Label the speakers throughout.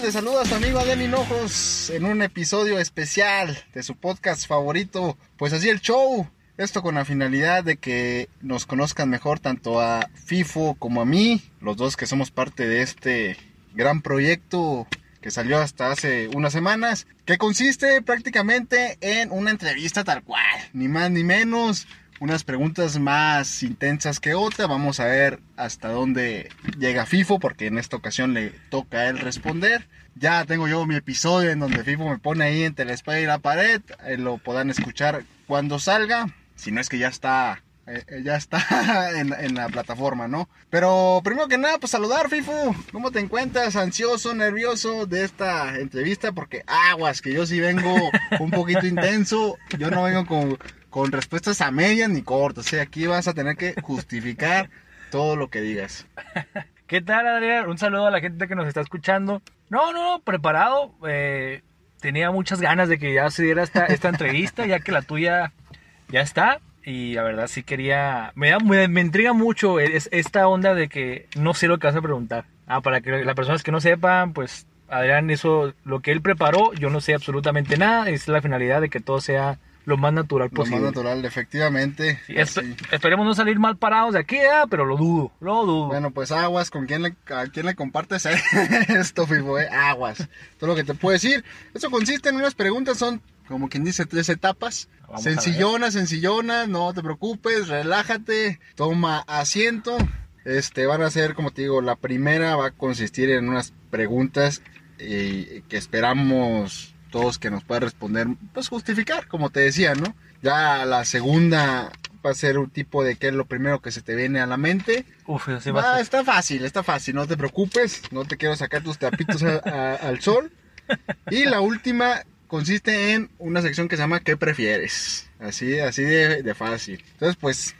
Speaker 1: te saluda tu amigo Adel Hinojos en un episodio especial de su podcast favorito, pues así el show. Esto con la finalidad de que nos conozcan mejor tanto a FIFO como a mí, los dos que somos parte de este gran proyecto que salió hasta hace unas semanas, que consiste prácticamente en una entrevista tal cual, ni más ni menos, unas preguntas más intensas que otra. Vamos a ver hasta dónde llega FIFO, porque en esta ocasión le toca a él responder. Ya tengo yo mi episodio en donde FIFO me pone ahí en Telespay la pared. Eh, lo podrán escuchar cuando salga. Si no es que ya está. eh, Ya está en, en la plataforma, ¿no? Pero primero que nada, pues saludar, FIFO. ¿Cómo te encuentras? ¿Ansioso, nervioso de esta entrevista? Porque aguas, que yo sí vengo un poquito intenso. Yo no vengo con, con respuestas a medias ni cortas. O sea, aquí vas a tener que justificar todo lo que digas.
Speaker 2: ¿Qué tal, Adrián? Un saludo a la gente que nos está escuchando. No, no, preparado. eh, tenía muchas ganas de que ya se diera esta, esta entrevista, ya que la tuya ya está. Y la verdad sí quería... Me, da- me, me intriga mucho es- esta onda de que no sé lo que vas a preguntar. Ah, para que las personas que no sepan, pues Adrián, eso, lo que él preparó, yo no sé absolutamente nada. Es la finalidad de que todo sea lo más natural
Speaker 1: Lo
Speaker 2: posible.
Speaker 1: más natural, efectivamente.
Speaker 2: Sí, esp-
Speaker 1: Así.
Speaker 2: esperemos no salir mal parados de aquí, ¿verdad? pero lo dudo, lo dudo.
Speaker 1: Bueno, pues aguas, ¿con quién le, a quién le compartes esto, Fibo? eh? Aguas. Todo lo que te puedo decir. Eso consiste en unas preguntas, son como quien dice tres etapas.
Speaker 2: Vamos a ver.
Speaker 1: sencillonas, sencillonas, no te preocupes, relájate, toma asiento. Este, van a ser, como te digo, la primera va a consistir en unas preguntas eh, que esperamos todos que nos puedan responder, pues justificar, como te decía, ¿no? Ya la segunda va a ser un tipo de qué es lo primero que se te viene a la mente.
Speaker 2: Uf, eso sí va a
Speaker 1: Ah,
Speaker 2: estar-
Speaker 1: está fácil, está fácil, no te preocupes, no te quiero sacar tus tapitos a- a- al sol. Y la última consiste en una sección que se llama ¿Qué prefieres? Así, así de, de fácil. Entonces, pues,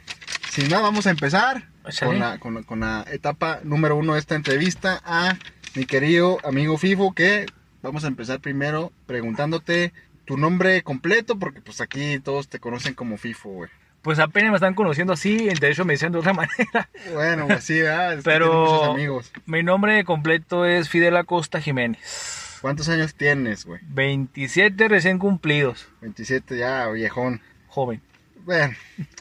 Speaker 1: sin nada, vamos a empezar
Speaker 2: Échale.
Speaker 1: con la, con, la- con la etapa número uno de esta entrevista a mi querido amigo FIFO, que vamos a empezar primero preguntándote tu nombre completo, porque pues aquí todos te conocen como FIFO, güey.
Speaker 2: Pues apenas me están conociendo así, de hecho me dicen de otra manera.
Speaker 1: Bueno, pues sí, ¿verdad? Es que
Speaker 2: Pero-
Speaker 1: tienes muchos amigos.
Speaker 2: Mi nombre completo es Fidel Acosta Jiménez.
Speaker 1: ¿Cuántos años tienes, güey?
Speaker 2: 27 recién cumplidos,
Speaker 1: 27 ya, viejón.
Speaker 2: joven.
Speaker 1: Bueno,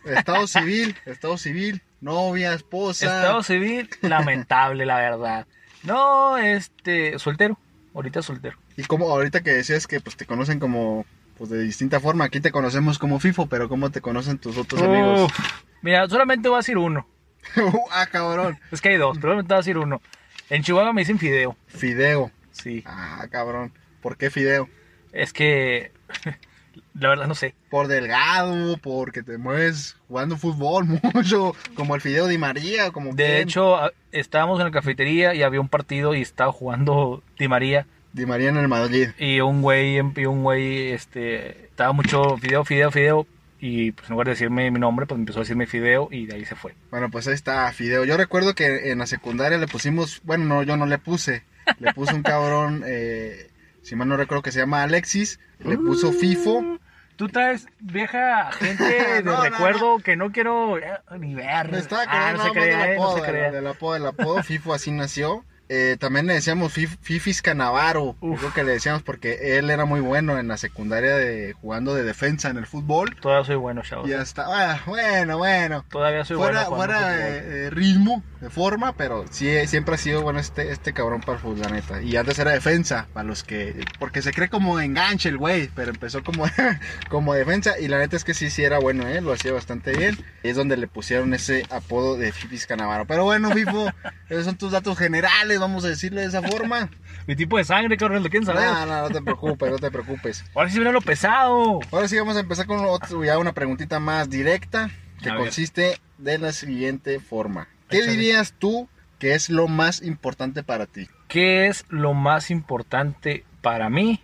Speaker 1: estado civil, estado civil, novia, esposa.
Speaker 2: Estado civil, lamentable, la verdad. No, este, soltero, ahorita soltero.
Speaker 1: Y como ahorita que decías que pues te conocen como pues de distinta forma, aquí te conocemos como FIFO, pero ¿cómo te conocen tus otros amigos?
Speaker 2: Uf, Mira, solamente voy a decir uno.
Speaker 1: ah, cabrón.
Speaker 2: Es que hay dos, pero solamente voy a decir uno. En Chihuahua me dicen Fideo.
Speaker 1: Fideo.
Speaker 2: Sí.
Speaker 1: Ah, cabrón. ¿Por qué Fideo?
Speaker 2: Es que, la verdad no sé.
Speaker 1: Por delgado, porque te mueves jugando fútbol mucho, como el Fideo Di María, como
Speaker 2: De
Speaker 1: quién.
Speaker 2: hecho, a- estábamos en la cafetería y había un partido y estaba jugando Di María.
Speaker 1: Di María en el Madrid.
Speaker 2: Y un güey, y un güey, este, estaba mucho fideo, fideo, fideo. Y pues en lugar de decirme mi nombre, pues empezó a decirme fideo y de ahí se fue.
Speaker 1: Bueno, pues ahí está Fideo. Yo recuerdo que en la secundaria le pusimos, bueno, no, yo no le puse, le puse un cabrón, eh, si mal no recuerdo que se llama Alexis, le
Speaker 2: Uh.
Speaker 1: puso FIFO.
Speaker 2: Mm, Tú traes vieja gente de
Speaker 1: No, no,
Speaker 2: recuerdo que no quiero eh, ni ver.
Speaker 1: Me estaba
Speaker 2: Ah, no
Speaker 1: acordando
Speaker 2: se
Speaker 1: nada más
Speaker 2: crea,
Speaker 1: del
Speaker 2: eh, no
Speaker 1: apodo,
Speaker 2: se
Speaker 1: del-
Speaker 2: crea.
Speaker 1: del apodo, del apodo, FIFO así nació. Eh, también le decíamos Fif- Fifis Canavaro, yo
Speaker 2: Uf.
Speaker 1: creo que le decíamos porque él era muy bueno en la secundaria de jugando de defensa en el fútbol.
Speaker 2: Todavía soy bueno, chavos.
Speaker 1: Y hasta, ah, bueno, bueno.
Speaker 2: Todavía soy
Speaker 1: fuera
Speaker 2: bueno. jugando
Speaker 1: fuera
Speaker 2: fútbol.
Speaker 1: eh, eh, ritmo, de forma, pero sí, eh, siempre ha sido bueno este, este cabrón para el fútbol, la neta. Y antes era defensa, para los que. Porque se cree como enganche el güey, pero empezó como, como defensa. Y la neta es que sí, sí era bueno, ¿eh? Lo hacía bastante bien. Es donde le pusieron ese apodo de Fifis Canavaro. Pero bueno, Fifo, esos son tus datos generales, vamos a decirle de esa forma.
Speaker 2: Mi tipo de sangre, cabrón, lo quieren
Speaker 1: No,
Speaker 2: saber.
Speaker 1: no, no te preocupes, no te preocupes.
Speaker 2: Ahora sí viene lo pesado.
Speaker 1: Ahora sí vamos a empezar con otro- ya una preguntita más directa que
Speaker 2: A ver.
Speaker 1: consiste de la siguiente forma. ¿Qué
Speaker 2: Échale.
Speaker 1: dirías tú que es lo más importante para ti?
Speaker 2: ¿Qué es lo más importante para mí?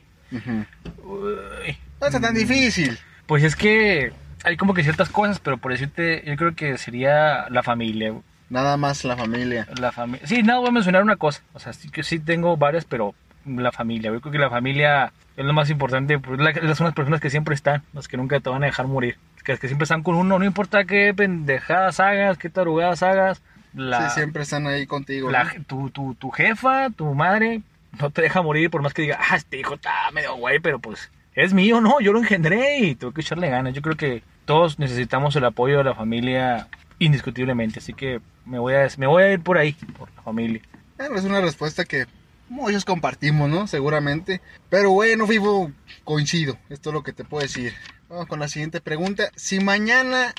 Speaker 2: Uy,
Speaker 1: No está
Speaker 2: Mm.
Speaker 1: tan difícil.
Speaker 2: Pues es que hay como que ciertas cosas, pero por decirte, yo creo que sería la familia. güey.
Speaker 1: Nada más la familia.
Speaker 2: La familia. Sí, nada, voy a mencionar una cosa. O sea, sí, que sí tengo varias, pero la familia. Yo creo que la familia es lo más importante. porque la- Las son las personas que siempre están, las que nunca te van a dejar morir. Que, que siempre están con uno, no importa qué pendejadas hagas, qué tarugadas hagas. La,
Speaker 1: Sí, siempre están ahí contigo.
Speaker 2: la-
Speaker 1: ¿no?
Speaker 2: tu, tu, tu jefa, tu madre, no te deja morir por más que diga, ah, este hijo está medio güey, pero pues es mío, ¿no? Yo lo engendré y tengo que echarle ganas. Yo creo que todos necesitamos el apoyo de la familia indiscutiblemente, así que me voy a, me voy a ir por ahí, por la familia.
Speaker 1: Bueno, es una respuesta que muchos compartimos, ¿no? Seguramente. Pero bueno, Fifo, coincido. Esto es lo que te puedo decir. Vamos con la siguiente pregunta. Si mañana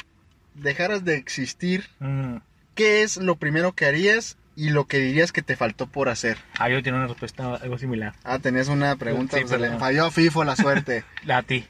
Speaker 1: dejaras de existir,
Speaker 2: Mm.
Speaker 1: ¿qué es lo primero que harías y lo que dirías que te faltó por hacer?
Speaker 2: Ah, yo tengo una respuesta algo similar.
Speaker 1: Ah, tenías una pregunta.
Speaker 2: Sí,
Speaker 1: pues, se le
Speaker 2: perdón.
Speaker 1: falló a Fifo la suerte.
Speaker 2: La a ti.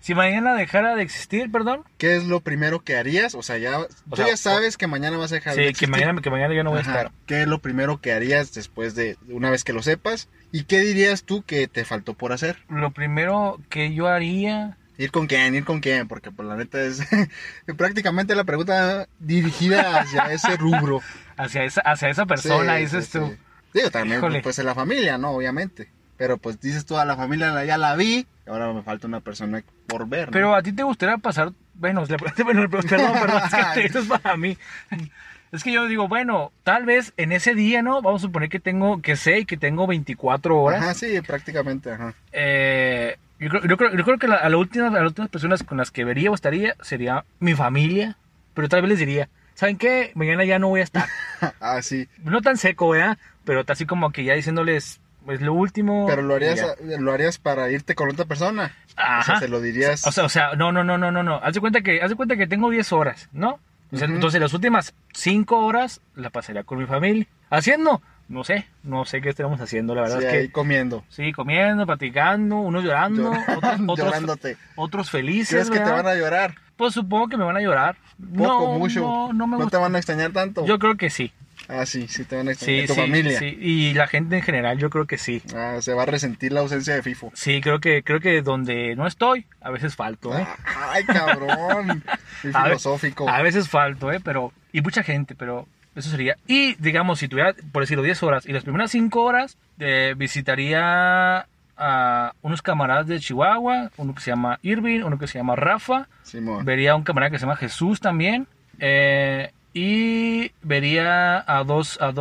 Speaker 2: si mañana dejara de existir, perdón.
Speaker 1: ¿Qué es lo primero que harías? O sea, ya, tú
Speaker 2: sea,
Speaker 1: ya sabes que mañana vas a dejar de
Speaker 2: Sí, que
Speaker 1: existir.
Speaker 2: mañana, que mañana yo no voy
Speaker 1: Ajá.
Speaker 2: a estar.
Speaker 1: ¿Qué es lo primero que harías después de una vez que lo sepas? ¿Y qué dirías tú que te faltó por hacer?
Speaker 2: Lo primero que yo haría.
Speaker 1: ¿Ir con quién? ¿Ir con quién? Porque pues la neta es prácticamente la pregunta dirigida hacia ese rubro.
Speaker 2: Hacia esa, hacia esa persona,
Speaker 1: Sí,
Speaker 2: dices
Speaker 1: sí,
Speaker 2: tú.
Speaker 1: sí. Digo, también
Speaker 2: Híjole.
Speaker 1: pues en la familia, ¿no? Obviamente. Pero pues dices tú a la familia la- ya la vi, y ahora me falta una persona por ver. ¿no?
Speaker 2: Pero a ti te gustaría pasar. Bueno, le pregunté, bueno, le pregunté, no, perdón, es que esto es para mí. Es que yo digo, bueno, tal vez en ese día, ¿no? Vamos a suponer que tengo, que sé y que tengo 24 horas.
Speaker 1: Ajá, sí, prácticamente, ajá.
Speaker 2: Eh, yo, creo, yo, creo, yo creo que la- a, la última- a las últimas personas con las que vería o estaría sería mi familia, pero tal vez les diría, ¿saben qué? Mañana ya no voy a estar.
Speaker 1: Ah, sí.
Speaker 2: No tan seco, ¿verdad? Pero así como que ya diciéndoles, pues lo último.
Speaker 1: Pero lo
Speaker 2: y
Speaker 1: harías,
Speaker 2: ya.
Speaker 1: lo harías para irte con otra persona. O sea,
Speaker 2: Ajá.
Speaker 1: se lo dirías.
Speaker 2: O sea, o sea, no, no, no, no, no, no. Haz de cuenta que, haz de cuenta que tengo 10 horas, ¿no? O sea,
Speaker 1: Ujú.
Speaker 2: Entonces las últimas 5 horas la pasaría con mi familia. ¿Haciendo? No sé, no sé qué estaremos haciendo, la verdad
Speaker 1: sí,
Speaker 2: es que...
Speaker 1: ahí comiendo.
Speaker 2: Sí, comiendo, platicando, unos llorando, otros,
Speaker 1: Llorando,
Speaker 2: otros-
Speaker 1: llorándote.
Speaker 2: otros felices.
Speaker 1: ¿Crees que te
Speaker 2: ¿verdad?
Speaker 1: van a llorar?
Speaker 2: Pues supongo que me van a llorar.
Speaker 1: Poco,
Speaker 2: no,
Speaker 1: mucho.
Speaker 2: No, no me
Speaker 1: te
Speaker 2: gusta.
Speaker 1: van a extrañar tanto.
Speaker 2: Yo creo que sí.
Speaker 1: Ah, sí, sí te van a extrañar.
Speaker 2: Sí,
Speaker 1: tu
Speaker 2: sí,
Speaker 1: familia.
Speaker 2: sí. Y la gente en general, yo creo que sí.
Speaker 1: Ah, se va a resentir la ausencia de FIFO.
Speaker 2: Sí, creo que, creo que donde no estoy, a veces falto, ¿eh?
Speaker 1: Ah, Ay, cabrón. Muy
Speaker 2: A ve-
Speaker 1: filosófico.
Speaker 2: A veces falto, ¿eh? Pero, y mucha gente, pero eso sería. Y digamos, si tuviera, por decirlo, 10 horas y las primeras 5 horas, eh, visitaría a unos camaradas de Chihuahua, uno que se llama Irving, uno que se llama Rafa,
Speaker 1: Simón.
Speaker 2: Vería a un camarada que se llama Jesús también. eh, y vería a dos, a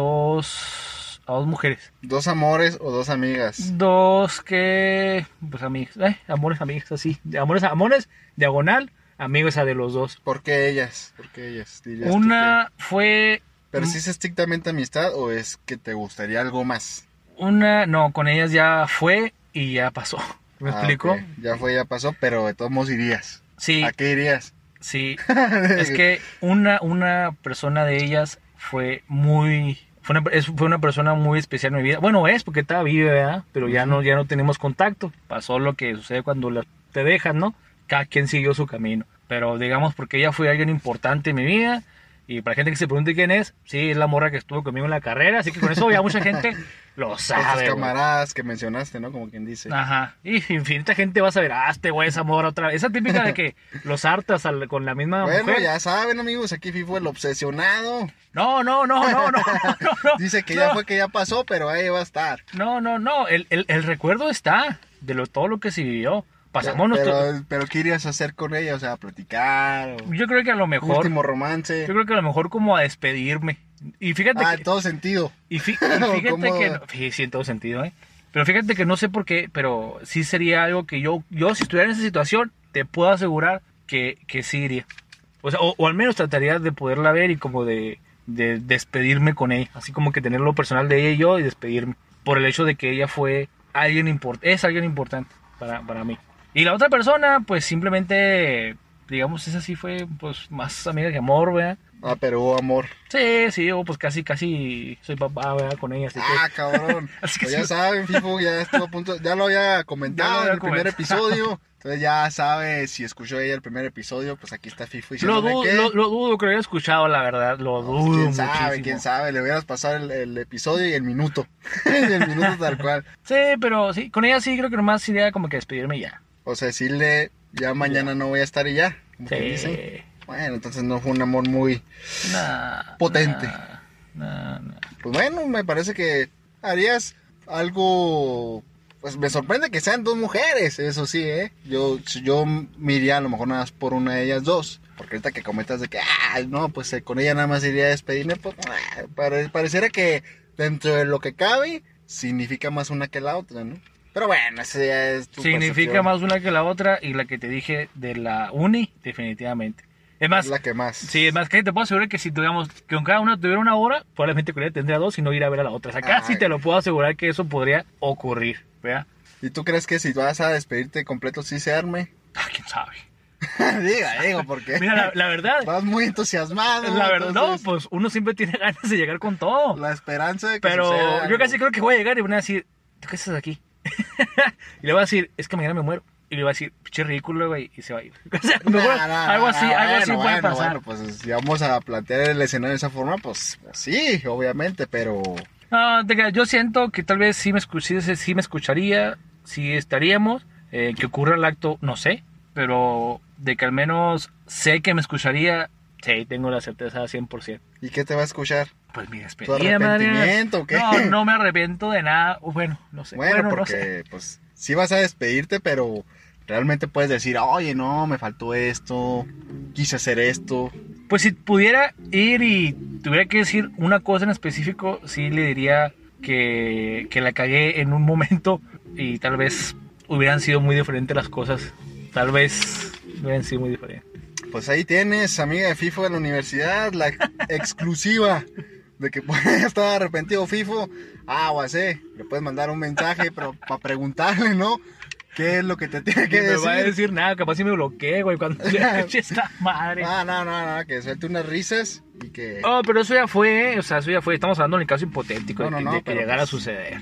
Speaker 2: dos, a dos mujeres.
Speaker 1: Dos amores o dos amigas.
Speaker 2: Dos que, pues amigas, eh, amores, amigas, así. de Amores, amores, diagonal, amigos a de los dos.
Speaker 1: ¿Por qué ellas? ¿Por qué ellas? Dirías tú
Speaker 2: Una fue,
Speaker 1: que- ¿Pero si es estrictamente amistad o es que te gustaría algo más?
Speaker 2: una, no, con ellas ya fue y ya pasó. ¿Me
Speaker 1: Ah,
Speaker 2: explico?
Speaker 1: ok. Ah. Ya fue, ya pasó, pero de todos modos irías.
Speaker 2: Sí,
Speaker 1: ¿A qué irías?
Speaker 2: sí. Es que una, una persona de ellas fue muy. Fue una, es- fue una persona muy especial en mi vida. Bueno, es porque estaba viva, ¿verdad? Pero ya no, ya no tenemos contacto. Pasó lo que sucede cuando las- te dejan, ¿no? Cada quien siguió su camino. Pero digamos, porque ella fue alguien importante en mi vida. Y para gente que se pregunte quién es, sí, es la morra que estuvo conmigo en la carrera. Así que con eso ya mucha gente lo
Speaker 1: Estas
Speaker 2: sabe. güey.
Speaker 1: camaradas que mencionaste, ¿no? Como quien dice.
Speaker 2: Ajá. Y infinita gente va a saber, ah, este güey es amor otra vez. Esa típica de que los hartas al- con la misma
Speaker 1: bueno,
Speaker 2: mujer.
Speaker 1: ya saben, amigos, aquí FIFO el obsesionado.
Speaker 2: No, no, no, no, no, no, no.
Speaker 1: Dice que
Speaker 2: no,
Speaker 1: ya fue, que ya pasó, pero ahí va a estar.
Speaker 2: No, no, no. El, el- el recuerdo está de lo, todo lo que se vivió. Pasamos nuestro.
Speaker 1: pero, pero ¿qué irías a hacer con ella? O sea, platicar. o-
Speaker 2: Yo creo que a lo mejor.
Speaker 1: Último
Speaker 2: Yo
Speaker 1: romance.
Speaker 2: creo que a lo mejor como a despedirme. Y fíjate
Speaker 1: Ah,
Speaker 2: que.
Speaker 1: en todo sentido.
Speaker 2: Y, fí- y fíjate
Speaker 1: ¿Cómo?
Speaker 2: que. no- sí, sí, en todo sentido, ¿eh? Pero fíjate que no sé por qué, pero sí sería algo que yo, yo si estuviera en esa situación, te puedo asegurar que, que sí iría. O sea, o, o al menos trataría de poderla ver y como de, de despedirme con ella. Así como que tener lo personal de ella y yo y despedirme. Por el hecho de que ella fue alguien importante, es alguien importante para, para mí. Y la otra persona, pues simplemente, digamos, esa sí fue pues más amiga que amor, ¿verdad?
Speaker 1: Ah, pero hubo amor.
Speaker 2: Sí, sí, yo pues casi, casi soy papá, ¿verdad? Con ella, así que...
Speaker 1: Ah, cabrón.
Speaker 2: Así que
Speaker 1: Pues ya
Speaker 2: sí.
Speaker 1: saben, Fifo, ya estuvo a punto. Ya lo había comentado
Speaker 2: Ya lo había
Speaker 1: en el primer
Speaker 2: comentado.
Speaker 1: episodio. Entonces ya sabe, si escuchó ella el primer episodio, pues aquí está Fifo
Speaker 2: Lo,
Speaker 1: diciéndole
Speaker 2: du-
Speaker 1: que.
Speaker 2: lo- lo dudo que lo haya escuchado, la verdad. Lo
Speaker 1: Pues,
Speaker 2: dudo
Speaker 1: ¿Quién sabe?
Speaker 2: muchísimo.
Speaker 1: ¿Quién sabe? Le hubieras pasado el, el episodio y el minuto. el minuto tal cual.
Speaker 2: Sí, pero sí, con ella sí creo que nomás iría como que despedirme y ya.
Speaker 1: O sea, decirle, ya mañana no voy a estar y ya. Como que dicen.
Speaker 2: Sí.
Speaker 1: Bueno, entonces no fue un amor muy...
Speaker 2: Nah,
Speaker 1: Potente.
Speaker 2: nah, nah, nah.
Speaker 1: Pues bueno, me parece que harías algo... Pues me sorprende que sean dos mujeres, eso sí, ¿eh? Yo, yo me iría a lo mejor nada más por una de ellas dos. Porque ahorita que comentas de que, ay, no, pues eh, con ella nada más iría a despedirme, pues ah, pare- pareciera que dentro de lo que cabe, significa más una que la otra, ¿no? Pero bueno, esa ya es tu
Speaker 2: Significa
Speaker 1: percepción.
Speaker 2: más una que la otra y la que te dije de la uni, definitivamente. Es más,
Speaker 1: Es la que más.
Speaker 2: sí, es más que te puedo asegurar que si tuviéramos, que con cada una tuviera una hora, probablemente con ella tendría dos y no ir a ver a la otra. O sea, casi
Speaker 1: Ay.
Speaker 2: te lo puedo asegurar que eso podría ocurrir, ¿verdad?
Speaker 1: ¿Y tú crees que si vas a despedirte completo sí se arme?
Speaker 2: Ah, quién sabe.
Speaker 1: Diga, digo, porque
Speaker 2: Mira, la, la verdad,
Speaker 1: vas muy entusiasmado.
Speaker 2: la verdad, no,
Speaker 1: entonces,
Speaker 2: pues uno siempre tiene ganas de llegar con todo.
Speaker 1: La esperanza de que
Speaker 2: Pero
Speaker 1: suceda
Speaker 2: yo
Speaker 1: algo.
Speaker 2: casi creo que voy a llegar y van a decir, ¿tú qué haces aquí? y le voy a decir, es que mañana me muero. Y le voy a decir, pinche ridículo, güey, y se va a ir. O sea,
Speaker 1: Nah,
Speaker 2: mejor
Speaker 1: nah, nah,
Speaker 2: algo así,
Speaker 1: nah,
Speaker 2: algo así
Speaker 1: bueno,
Speaker 2: puede
Speaker 1: bueno,
Speaker 2: pasar.
Speaker 1: Bueno, pues si vamos a plantear el escenario de esa forma, pues sí, obviamente, pero
Speaker 2: No, te creas, yo siento que tal vez sí me, escu- sí, sí- sí me escucharía, sí estaríamos, eh, que ocurra el acto, no sé, pero de que al menos sé que me escucharía, sí, tengo la certeza 100%.
Speaker 1: ¿y qué te va a escuchar?
Speaker 2: Pues mi despedida,
Speaker 1: ¿Tu arrepentimiento o
Speaker 2: madre.
Speaker 1: qué?
Speaker 2: No, no me arrepiento de nada. O Bueno, no sé.
Speaker 1: Bueno,
Speaker 2: no
Speaker 1: porque
Speaker 2: sé.
Speaker 1: pues sí vas a despedirte, pero realmente puedes decir, oye, no, me faltó esto, quise hacer esto.
Speaker 2: Pues si pudiera ir y tuviera que decir una cosa en específico, sí le diría que, que la cagué en un momento y tal vez hubieran sido muy diferentes las cosas. Tal vez hubieran sido muy diferentes.
Speaker 1: Pues ahí tienes, amiga de FIFO de la universidad, la exclusiva de que puede estar arrepentido FIFO. Aguas, eh. Le puedes mandar un mensaje pero para preguntarle, ¿no? ¿Qué es lo que te tiene que
Speaker 2: Que me va a
Speaker 1: decir?
Speaker 2: decir nada, capaz si me bloqueé, güey, cuando le escuché esta madre.
Speaker 1: Ah, no, no, no, que suelte unas risas y que...
Speaker 2: Oh, pero eso ya fue, o sea, eso ya fue. Estamos hablando en el caso hipotético
Speaker 1: No,
Speaker 2: de,
Speaker 1: no,
Speaker 2: que- de
Speaker 1: no,
Speaker 2: que
Speaker 1: pero
Speaker 2: llegara
Speaker 1: pues-
Speaker 2: a suceder.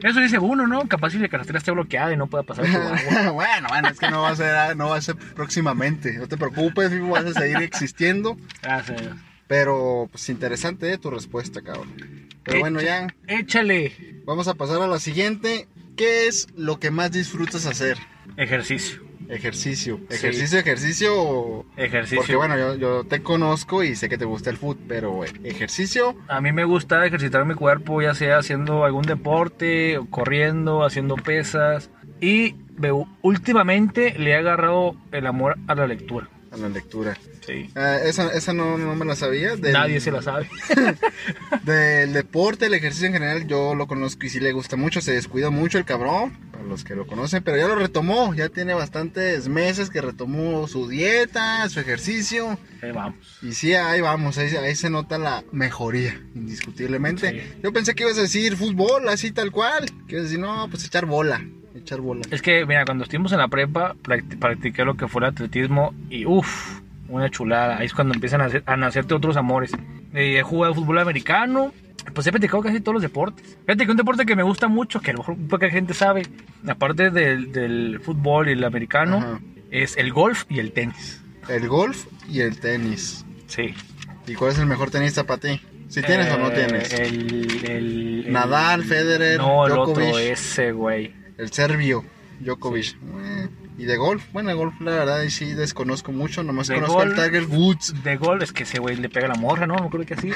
Speaker 2: Eso dice uno, ¿no? Capaz si la carretera está bloqueada y no pueda pasar por agua.
Speaker 1: bueno, bueno, es que no va a ser, no va a ser próximamente. No te preocupes, FIFO, vas a seguir existiendo.
Speaker 2: Gracias. a Dios.
Speaker 1: Pero, pues interesante eh, tu respuesta, cabrón. Pero
Speaker 2: Eh,
Speaker 1: bueno, ya,
Speaker 2: Échale
Speaker 1: vamos a pasar a la siguiente. ¿Qué es lo que más disfrutas hacer?
Speaker 2: ejercicio.
Speaker 1: Ejercicio.
Speaker 2: Sí.
Speaker 1: Ejercicio, ejercicio. o-
Speaker 2: Ejercicio.
Speaker 1: Porque bueno, yo, yo te conozco y sé que te gusta el fútbol, pero eh, ejercicio,
Speaker 2: A mí me gusta ejercitar mi cuerpo, ya sea haciendo algún deporte, o corriendo, haciendo pesas. Y me- últimamente le he agarrado el amor a la lectura.
Speaker 1: a la lectura.
Speaker 2: Sí.
Speaker 1: Ah, esa esa no, no me la sabía. Del,
Speaker 2: Nadie se la sabe.
Speaker 1: Del deporte, el ejercicio en general, yo lo conozco y sí le gusta mucho. Se descuida mucho el cabrón, para los que lo conocen, pero ya lo retomó. Ya tiene bastantes meses que retomó su dieta, su ejercicio.
Speaker 2: Eh, vamos.
Speaker 1: Y sí, ahí vamos, ahí, ahí se nota la mejoría, indiscutiblemente.
Speaker 2: Sí.
Speaker 1: Yo pensé que ibas a decir fútbol, así tal cual. Que ibas a decir, no, pues echar bola, echar bola.
Speaker 2: Es que, mira, cuando estuvimos en la prepa, practi- practiqué lo que fue el atletismo y uff, una chulada. Ahí es cuando empiezan a, hacer- a nacerte otros amores. Eh, he jugado fútbol americano, pues he practicado casi todos los deportes. Fíjate que un deporte que me gusta mucho, que a lo mejor poca gente sabe, aparte del, del fútbol y el americano,
Speaker 1: Ajá.
Speaker 2: es el golf y el tenis.
Speaker 1: El golf y el tenis.
Speaker 2: Sí.
Speaker 1: ¿Y cuál es el mejor tenista para ti? Si tienes o no
Speaker 2: Eh,
Speaker 1: tienes.
Speaker 2: El, el- el-
Speaker 1: Nadal, Federer,
Speaker 2: No, el otro,
Speaker 1: Djokovic,
Speaker 2: ese, güey.
Speaker 1: el serbio, Djokovic. Eh, Y de golf, bueno, de golf la verdad ahí sí desconozco mucho, nomás
Speaker 2: De
Speaker 1: conozco al
Speaker 2: golf.
Speaker 1: Tiger Woods,
Speaker 2: De golf, es que ese güey le pega a la morra, ¿no? No creo que así.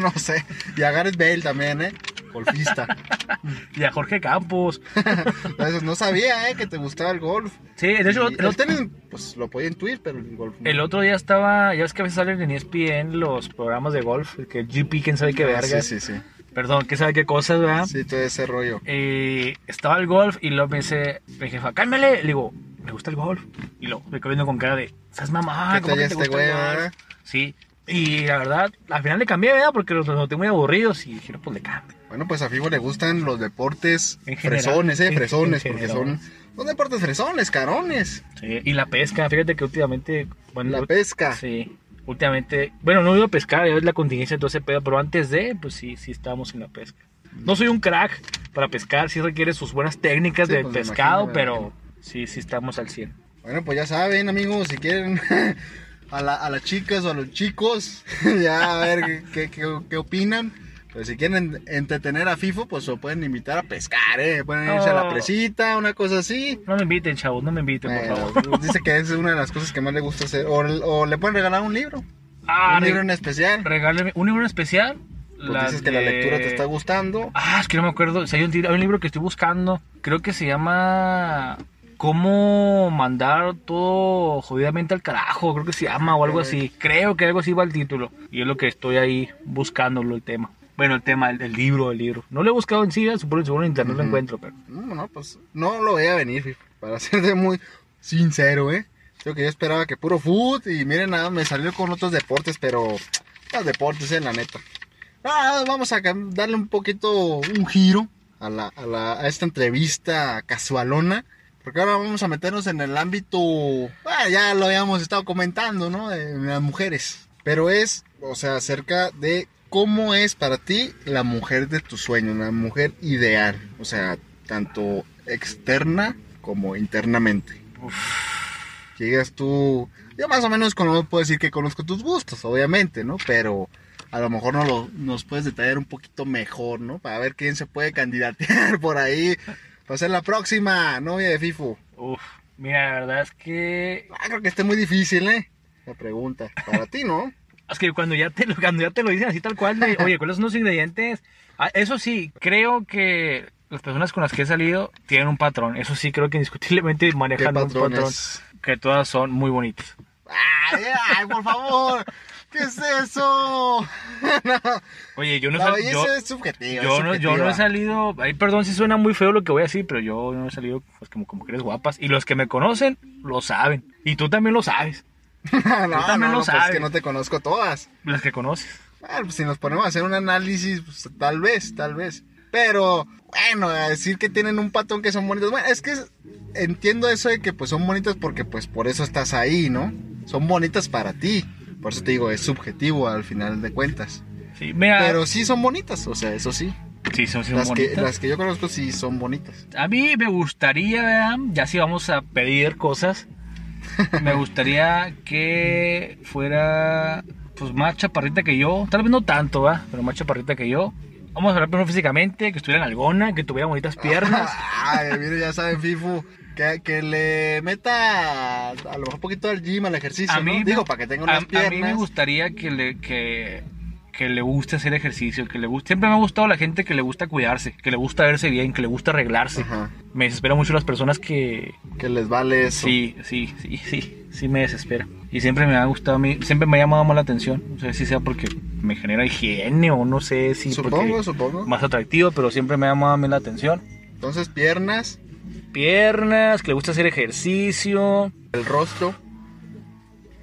Speaker 1: no sé, y a Gareth Bale también, ¿eh? Golfista.
Speaker 2: Y a Jorge Campos.
Speaker 1: Entonces no sabía, ¿eh? Que te gustaba el golf.
Speaker 2: Sí, de hecho,
Speaker 1: Y
Speaker 2: el,
Speaker 1: el
Speaker 2: otro-
Speaker 1: tenis, pues lo podía intuir, pero el golf. no.
Speaker 2: el otro día estaba. Ya ves que a veces salen en E ESPN los programas de golf. Que el GP, quién sabe qué
Speaker 1: Ah,
Speaker 2: verga.
Speaker 1: Sí, sí, sí.
Speaker 2: Perdón, quién sabe qué cosas, ¿verdad?
Speaker 1: Sí, todo ese rollo.
Speaker 2: Y estaba el golf y luego me dice mi jefa, cálmale. Le digo, me gusta el golf. Y lo me quedo viendo con cara de, ¿estás mamá?
Speaker 1: ¿Qué
Speaker 2: Ah, ¿Cómo
Speaker 1: tal
Speaker 2: que te
Speaker 1: este
Speaker 2: gusta
Speaker 1: güey,
Speaker 2: el golf?"
Speaker 1: verdad?
Speaker 2: Sí. Y la verdad, al final le cambié, ¿verdad? Porque los los noté muy aburridos y dije, "No, pues le cambio.
Speaker 1: Bueno, pues a Fibo le gustan los deportes
Speaker 2: En general.
Speaker 1: fresones, eh,
Speaker 2: En-
Speaker 1: fresones,
Speaker 2: en
Speaker 1: porque
Speaker 2: general.
Speaker 1: son, son deportes fresones, carones.
Speaker 2: Sí, Y la pesca, fíjate que últimamente. bueno,
Speaker 1: La
Speaker 2: ult-
Speaker 1: pesca.
Speaker 2: Sí. Últimamente, bueno, no he ido a pescar, ya es la contingencia, entonces pedo, pero antes de, pues sí, sí estábamos en la pesca. No soy un crack para pescar, sí requiere sus buenas técnicas
Speaker 1: Sí,
Speaker 2: de
Speaker 1: pues, me
Speaker 2: pescado,
Speaker 1: imagino, me
Speaker 2: pero
Speaker 1: imagino.
Speaker 2: sí, sí estamos al 100.
Speaker 1: Bueno, pues ya saben, amigos, si quieren a, la- a las chicas o a los chicos, ya a ver qué, qué- qué opinan. Pues si quieren entretener a FIFO, pues lo pueden invitar a pescar, ¿eh? Pueden irse a la
Speaker 2: Oh.
Speaker 1: presita, una cosa así.
Speaker 2: No me inviten, chavos, no me inviten, por
Speaker 1: Bueno,
Speaker 2: favor.
Speaker 1: dice que es una de las cosas que más le gusta hacer. O, o le pueden regalar un libro.
Speaker 2: Ah,
Speaker 1: un
Speaker 2: re-
Speaker 1: libro en especial.
Speaker 2: regáleme un libro en especial.
Speaker 1: Pues
Speaker 2: la
Speaker 1: dices que la
Speaker 2: de-
Speaker 1: lectura te está gustando.
Speaker 2: Ah, es que no me acuerdo. O sea, hay, un, tiro- hay un libro que estoy buscando. Creo que se llama. ¿Cómo mandar todo jodidamente al carajo? Creo que se llama o algo así. Creo que algo así va el título. Y es lo que estoy ahí buscándolo el tema. Bueno, el tema, el, el libro, el libro. No lo he buscado en sí, supongo seguro en internet lo
Speaker 1: Ujú.
Speaker 2: encuentro, pero.
Speaker 1: No, no, pues no lo veía venir, fíjate, para serte muy sincero, ¿eh? Creo que yo esperaba que puro food y miren nada, me salió con otros deportes, pero los deportes, en la neta. Ah, vamos a cam- darle un poquito, un giro a, la, a, la- a esta entrevista casualona, porque ahora vamos a meternos en el ámbito, ah, ya lo habíamos estado comentando, ¿no? De las mujeres, pero es, o sea, acerca de cómo es para ti la mujer de tus sueños, la mujer ideal, o sea, tanto externa como internamente. Llegas tú, yo más o menos conozco, puedo decir que conozco tus gustos, obviamente, ¿no? Pero a lo mejor no lo- nos puedes detallar un poquito mejor, ¿no? Para ver quién se puede candidatear por ahí. Va a ser Pues la próxima novia de FIFO.
Speaker 2: Uf, mira, la verdad es que.
Speaker 1: Ah, creo que esté muy difícil, ¿eh? La pregunta. Para ti, ¿no?
Speaker 2: Es que cuando ya te lo, cuando ya te lo dicen así tal cual, de, oye, ¿cuáles son los ingredientes? Ah, Eso sí, creo que las personas con las que he salido tienen un patrón. Eso sí, creo que indiscutiblemente
Speaker 1: ¿Qué
Speaker 2: manejan un patrón.
Speaker 1: patrones?
Speaker 2: Que todas son muy bonitas.
Speaker 1: ¡Ay, ay, por favor! ¿Qué es eso?
Speaker 2: Oye, yo no, he
Speaker 1: la
Speaker 2: sal-
Speaker 1: belleza
Speaker 2: yo,
Speaker 1: es subjetiva.
Speaker 2: yo
Speaker 1: es
Speaker 2: no, yo no he
Speaker 1: subjetiva.
Speaker 2: salido. Ay, perdón si suena muy feo lo que voy a decir, pero yo no he salido pues, como con mujeres guapas. Y los que me conocen lo saben. Y tú también lo sabes.
Speaker 1: no,
Speaker 2: Tú
Speaker 1: no,
Speaker 2: también
Speaker 1: no,
Speaker 2: lo
Speaker 1: pues es que
Speaker 2: sabes.
Speaker 1: no te conozco todas.
Speaker 2: Las que conoces.
Speaker 1: Ah, pues si nos ponemos a hacer un análisis, pues, tal vez, tal vez. Pero, bueno, a decir que tienen un patón que son bonitos. Bueno, es que es- entiendo eso de que pues son bonitas porque pues por eso estás ahí, ¿no? Son bonitas para ti. Por eso te digo, es subjetivo al final de cuentas.
Speaker 2: Sí, mira.
Speaker 1: Pero sí son bonitas, o sea, eso sí.
Speaker 2: sí, Ah. son, sí son
Speaker 1: Las que,
Speaker 2: bonitas.
Speaker 1: las que yo conozco sí son bonitas.
Speaker 2: A mí me gustaría, ¿verdad? ya si vamos a pedir cosas, me gustaría que fuera pues más chaparrita que yo, tal vez no tanto, ¿va? pero más chaparrita que yo. Vamos a hablar primero físicamente, que estuviera en algona, que tuviera bonitas piernas.
Speaker 1: Ay, mire, ya saben, FIFU. Que, que le meta a lo mejor un poquito al gym, al ejercicio,
Speaker 2: A
Speaker 1: ¿no?
Speaker 2: mí me-
Speaker 1: Digo, para que tenga
Speaker 2: A,
Speaker 1: unas
Speaker 2: a mí
Speaker 1: piernas.
Speaker 2: me gustaría que le, que, que le guste hacer ejercicio, que le guste... Siempre me ha gustado la gente que le gusta cuidarse, que le gusta verse bien, que le gusta arreglarse.
Speaker 1: Ajá.
Speaker 2: Me desespera mucho las personas que,
Speaker 1: Que les vale eso.
Speaker 2: Sí, sí, sí, sí, sí me desespera. Y siempre me ha gustado a mí, siempre me ha llamado más la atención. No sé si sea porque me genera higiene o no sé si
Speaker 1: supongo,
Speaker 2: porque
Speaker 1: supongo.
Speaker 2: más atractivo, pero siempre me ha llamado a mí la atención.
Speaker 1: Entonces, piernas,
Speaker 2: Piernas, que le gusta hacer ejercicio.
Speaker 1: el rostro.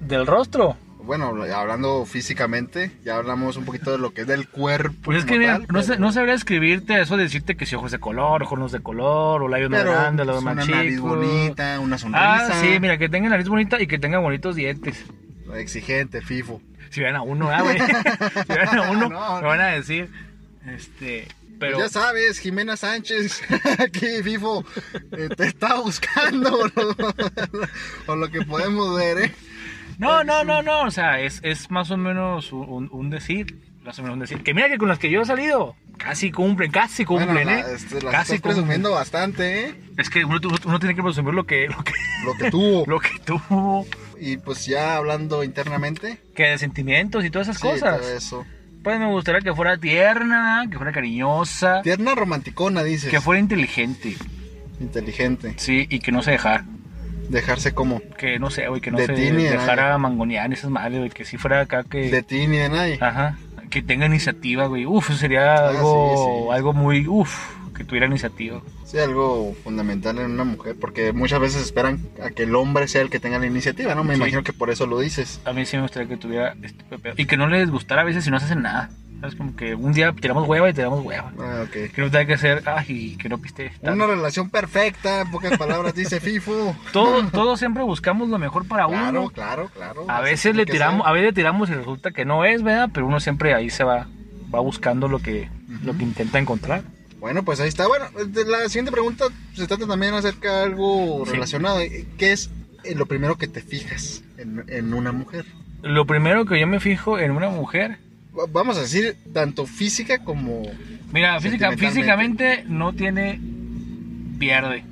Speaker 2: Del rostro.
Speaker 1: Bueno, hablando físicamente, ya hablamos un poquito de lo que es del cuerpo.
Speaker 2: Pues es
Speaker 1: como
Speaker 2: que mira,
Speaker 1: tal,
Speaker 2: no,
Speaker 1: pero-
Speaker 2: sé- no sabría escribirte eso de decirte que si ojos de color, ojos no de color, o labios más
Speaker 1: pero, pues,
Speaker 2: grandes, labios
Speaker 1: una
Speaker 2: más
Speaker 1: nariz
Speaker 2: chicos.
Speaker 1: bonita, una
Speaker 2: Ah,
Speaker 1: sonrisa.
Speaker 2: sí, mira, que tenga nariz bonita y que tenga bonitos dientes.
Speaker 1: Exigente, FIFO. Pues
Speaker 2: Si ven a uno, ah, güey. Si ven a uno,
Speaker 1: No,
Speaker 2: me van a decir. Este. Pero.
Speaker 1: Pues ya sabes, Jimena Sánchez, aquí FIFO, eh, te está buscando, ¿no? por lo que podemos ver, ¿eh?
Speaker 2: No, no, no, no. O sea, es, es más o menos un, un- un decir. Más o menos un decir. Que mira que con las que yo he salido, casi cumplen, casi cumplen,
Speaker 1: bueno,
Speaker 2: ¿eh?
Speaker 1: la, este, las
Speaker 2: casi
Speaker 1: estás presumiendo bastante, ¿eh?
Speaker 2: cumplen. Es que uno, tu- uno tiene que presumir lo que, lo que,
Speaker 1: Lo que tuvo.
Speaker 2: lo que tuvo,
Speaker 1: Y pues ya hablando internamente.
Speaker 2: que de sentimientos y todas esas
Speaker 1: sí,
Speaker 2: cosas.
Speaker 1: todo eso.
Speaker 2: Pues me gustaría que fuera tierna, que fuera cariñosa,
Speaker 1: Tierna romanticona, dices.
Speaker 2: que fuera inteligente,
Speaker 1: Inteligente.
Speaker 2: sí, y que no se dejara.
Speaker 1: Dejarse como.
Speaker 2: Que no sé, güey, que no
Speaker 1: De
Speaker 2: se
Speaker 1: ti ni de
Speaker 2: dejara mangonear esas madres, güey, que si fuera acá que.
Speaker 1: De ti ni de nadie.
Speaker 2: Ajá. Que tenga iniciativa, güey. Uf, sería
Speaker 1: Ah,
Speaker 2: algo,
Speaker 1: sí, sí.
Speaker 2: algo muy. Uf, que tuviera iniciativa.
Speaker 1: Sí, algo fundamental en una mujer. Porque muchas veces esperan a que el hombre sea el que tenga la iniciativa, ¿no? Me
Speaker 2: Sí.
Speaker 1: imagino que por eso lo dices.
Speaker 2: A mí sí me gustaría que tuviera este pedo. Y que no les gustara a veces si no se hacen nada. ¿Sabes? Como que un día tiramos hueva y tiramos hueva.
Speaker 1: Ah, ok.
Speaker 2: Que no tenga que hacer. Ay, que no piste.
Speaker 1: Una relación perfecta, en pocas palabras, dice FIFO.
Speaker 2: Todos, todos siempre buscamos lo mejor para
Speaker 1: Claro,
Speaker 2: uno.
Speaker 1: claro, claro.
Speaker 2: A
Speaker 1: Así
Speaker 2: veces
Speaker 1: tiene
Speaker 2: le
Speaker 1: que
Speaker 2: tiramos,
Speaker 1: ser.
Speaker 2: a veces le tiramos y resulta que no es, ¿verdad? Pero uno siempre ahí se va, va buscando lo que, lo que intenta encontrar.
Speaker 1: Bueno, pues ahí está. Bueno, de la siguiente pregunta se trata también acerca de algo
Speaker 2: Sí.
Speaker 1: relacionado. ¿Qué es eh, lo primero que te fijas en, en una mujer?
Speaker 2: Lo primero que yo me fijo en una mujer
Speaker 1: Va- Vamos a decir, tanto física como
Speaker 2: Mira, física,
Speaker 1: Sentimentalmente.
Speaker 2: físicamente no tiene pierde.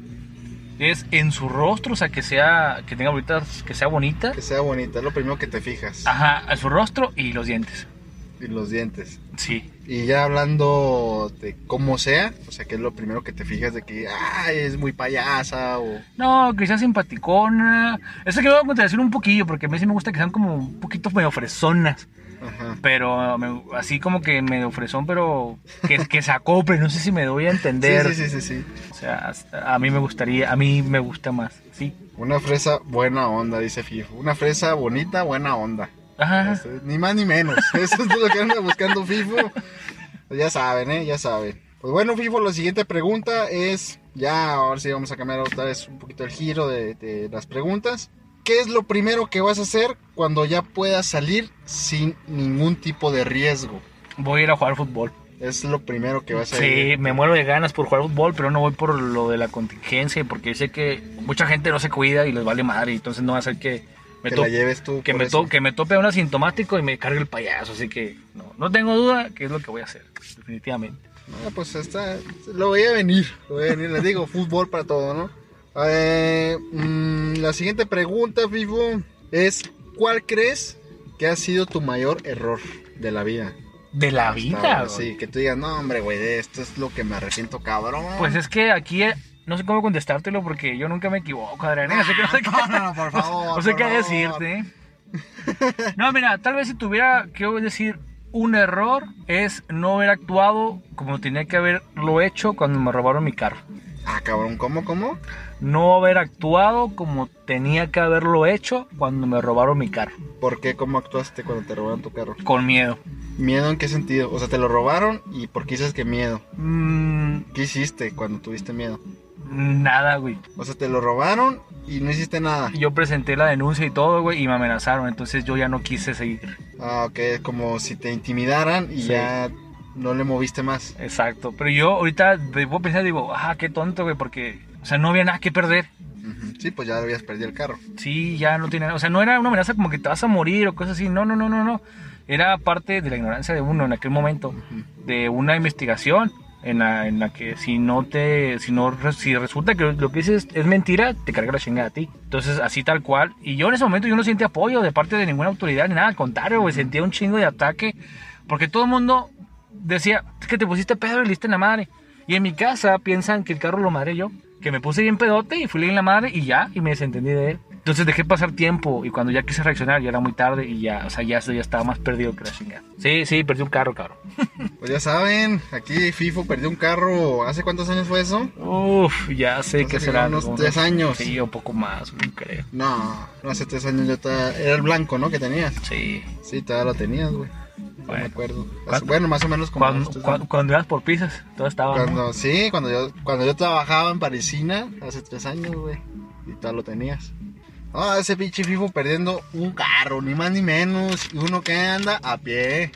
Speaker 2: Es en su rostro, o sea, que sea que tenga bonitas, que sea bonita.
Speaker 1: que sea bonita, es lo primero que te fijas.
Speaker 2: Ajá, a su rostro y los dientes.
Speaker 1: y los dientes.
Speaker 2: Sí.
Speaker 1: Y ya hablando de cómo sea, o sea, que es lo primero que te fijas de que, ah, es muy payasa o...
Speaker 2: No, que sea simpaticona. Eso que voy a contradecir un poquillo, porque a mí sí me gusta que sean como un poquito medio fresonas.
Speaker 1: Ajá.
Speaker 2: Pero me- así como que medio fresón, pero que, que se acople. No sé si me doy a
Speaker 1: Sí,
Speaker 2: entender.
Speaker 1: sí, sí, sí, sí.
Speaker 2: O sea, hasta- a mí me gustaría, a mí me gusta más. Sí.
Speaker 1: Una fresa buena onda, dice Fifo. Una fresa bonita, buena onda.
Speaker 2: Ajá.
Speaker 1: Eso es, Este, ni más ni menos. Eso es lo que anda buscando FIFO. Pues ya saben, ¿eh? Ya saben. Pues bueno, FIFO, la siguiente pregunta es, ya ahora sí vamos a cambiar otra vez un poquito el giro de, de las preguntas. ¿Qué es lo primero que vas a hacer cuando ya puedas salir sin ningún tipo de riesgo?
Speaker 2: Voy a ir a jugar fútbol.
Speaker 1: Es lo primero que vas a hacer.
Speaker 2: Sí, me muero de ganas por jugar fútbol, pero no voy por lo de la contingencia, porque sé que mucha gente no se cuida y les vale madre, y entonces no va a ser que me,
Speaker 1: Que
Speaker 2: to-
Speaker 1: la lleves tú.
Speaker 2: que
Speaker 1: por
Speaker 2: me,
Speaker 1: eso.
Speaker 2: to- que me tope a un asintomático y me cargue el payaso. Así que no, no tengo duda que es lo que voy a hacer, definitivamente.
Speaker 1: Ah, pues está, lo voy a venir, lo voy a venir, les digo, fútbol para todo, ¿no? Eh, mm, la siguiente pregunta, Vivo, es ¿cuál crees que ha sido tu mayor error de la vida?
Speaker 2: De la
Speaker 1: Está,
Speaker 2: vida,
Speaker 1: güey,
Speaker 2: güey.
Speaker 1: Sí, que tú digas, no, hombre, güey, de esto es lo que me arrepiento, cabrón.
Speaker 2: Pues es que aquí eh, no sé cómo contestártelo porque yo nunca me equivoco, Adrián. Así que no sé qué,
Speaker 1: No, no, no, por favor.
Speaker 2: no sé
Speaker 1: por
Speaker 2: qué
Speaker 1: favor.
Speaker 2: decirte. ¿eh? No, mira, tal vez si tuviera que decir un error es no haber actuado como tenía que haberlo hecho cuando me robaron mi carro.
Speaker 1: Ah, cabrón, ¿cómo, cómo?
Speaker 2: No haber actuado como tenía que haberlo hecho cuando me robaron mi carro.
Speaker 1: ¿Por qué, cómo actuaste cuando te robaron tu carro?
Speaker 2: Con miedo.
Speaker 1: ¿Miedo en qué sentido? O sea, te lo robaron y ¿por qué dices que miedo?
Speaker 2: Mm,
Speaker 1: ¿Qué hiciste cuando tuviste miedo?
Speaker 2: nada, güey.
Speaker 1: O sea, te lo robaron y no hiciste nada.
Speaker 2: Yo presenté la denuncia y todo, güey, y me amenazaron. Entonces yo ya no quise seguir.
Speaker 1: Ah, ok, es como si te intimidaran y
Speaker 2: Sí.
Speaker 1: ya no le moviste más.
Speaker 2: Exacto. Pero yo ahorita debo pensar, digo, ah, qué tonto, güey, porque, o sea, no había nada que perder.
Speaker 1: Ujú, Sí, pues ya habías perdido el carro.
Speaker 2: Sí, ya no tiene nada. O sea, no era una amenaza como que te vas a morir o cosas así. No, no, no, no, no. Era parte de la ignorancia de uno en aquel momento, de una investigación en la, en la que si no te, si no, re- si resulta que lo que dices es mentira, te carga la chingada a ti. Entonces, así tal cual. Y yo en ese momento yo no sentí apoyo de parte de ninguna autoridad ni nada, al contrario, güey, sentía un chingo de ataque porque todo el mundo decía, es que te pusiste pedo y le diste en la madre. Y en mi casa piensan que el carro lo madre yo, que me puse bien pedote y fui en la madre y ya, y me desentendí de él. Entonces dejé pasar tiempo y cuando ya quise reaccionar ya era muy tarde y ya, o sea, ya, ya estaba más perdido que la chingada. Sí, sí, perdí un carro, cabrón.
Speaker 1: Pues ya saben, aquí FIFO perdió un carro. ¿Hace cuántos años fue eso?
Speaker 2: Uf, ya sé
Speaker 1: Hace
Speaker 2: que será.
Speaker 1: unos
Speaker 2: algunos-
Speaker 1: tres años.
Speaker 2: Sí, un poco más, güey, creo.
Speaker 1: No, no hace tres años yo estaba... Era el blanco, ¿no? Que tenías.
Speaker 2: Sí.
Speaker 1: Sí, todavía lo tenías, güey. No me
Speaker 2: Bueno.
Speaker 1: acuerdo. Hace-
Speaker 2: ¿Cuándo-
Speaker 1: Bueno, más o menos como...
Speaker 2: Cuando,
Speaker 1: estos-
Speaker 2: cuando, cuando ibas por pizzas, todo estaba. ¿no?
Speaker 1: cuando- sí, cuando yo, cuando yo trabajaba en Parisina, hace tres años, güey. Y todavía lo tenías. Ah, ese pinche FIFO perdiendo un carro, ni más ni menos. Y uno que anda a pie.